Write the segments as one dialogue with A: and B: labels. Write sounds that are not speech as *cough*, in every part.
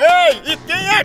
A: Ei, e quem é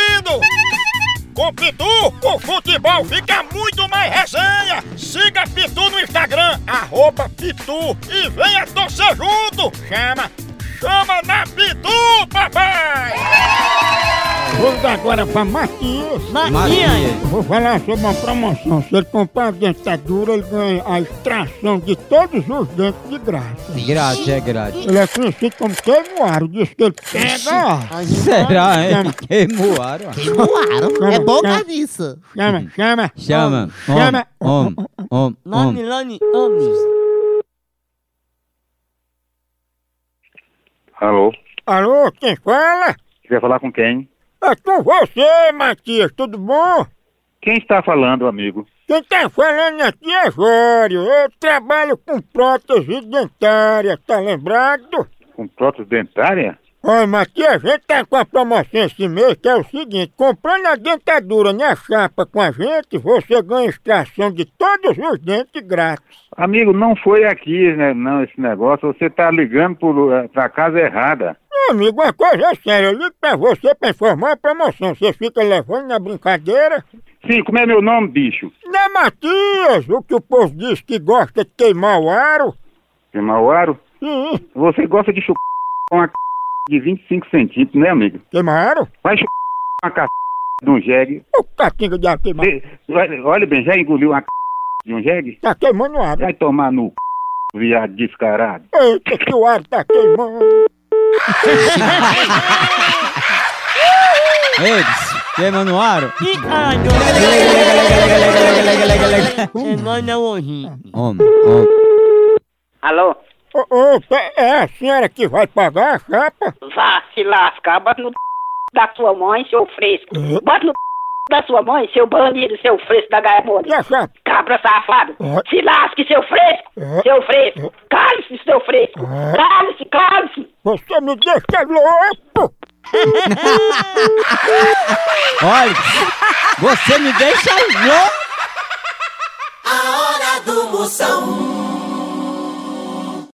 A: Com Pitu, o futebol fica muito mais resenha! Siga Pitu no Instagram, arroba Pitu e venha torcer junto! Chama! Chama na Pitu, papai! Vamos dar agora pra Matias.
B: Maria.
A: Vou falar sobre uma promoção. Se ele comprar a dentadura, ele ganha a extração de todos os dentes de graça.
B: Grátis, é grátis.
A: Ele é conhecido como queimuário, diz que ele pega, ó.
B: Será, hein? Queimuaram.
C: Voaram. É bom pra isso.
A: Chama, chama.
B: Chama.
A: Chama.
B: Om, om, om, om.
C: Lani Ames.
D: Alô?
A: Alô, quem fala?
D: Quer falar com quem?
A: É com você, Matias, tudo bom?
D: Quem está falando, amigo?
A: Quem tá falando aqui é Jório. Eu trabalho com prótese dentária, tá lembrado?
D: Com prótese dentária?
A: Ó, Matias, a gente tá com a promoção esse mês, que é o seguinte, comprando a dentadura na chapa com a gente, você ganha extração de todos os dentes grátis.
D: Amigo, não foi aqui, né, não, esse negócio. Você está ligando para a casa errada.
A: Meu amigo, uma coisa é séria, eu ligo pra você pra informar a promoção. Você fica levando na brincadeira?
D: Sim, como é meu nome, bicho?
A: Né, Matias? O que o povo diz que gosta de queimar o aro?
D: Mauaro?
A: Sim,
D: Você gosta de chupar com uma c... de 25 centímetros, né, amigo?
A: queimaram?
D: Vai chupar uma c... de um jegue.
A: O catinga de aro queimar.
D: De- Olha, olha bem, já engoliu uma c... de um jegue?
A: Tá queimando o aro.
D: Vai tomar no c... viado descarado.
A: Eita, que o aro tá queimando.
B: Eles, queima no aro.
C: Semana hoje.
B: Om, om.
E: Alô?
A: Ô, ô, pe- é a senhora que vai pagar a chapa?
E: Vá se lascar, bota no *laughs* p... da sua mãe, seu fresco. Bota no *laughs* p... da sua mãe, seu bandido, seu fresco da
A: E
E: gaibona.
A: a chapa?
E: Cabra safado.
A: É.
E: Se lasque, seu fresco.
A: É.
E: Seu fresco. Cale-se, seu fresco.
A: É.
E: Cale-se, cale-se.
A: Você me deixa louco!
B: Olha, você me deixa louco.
F: A hora do Moção.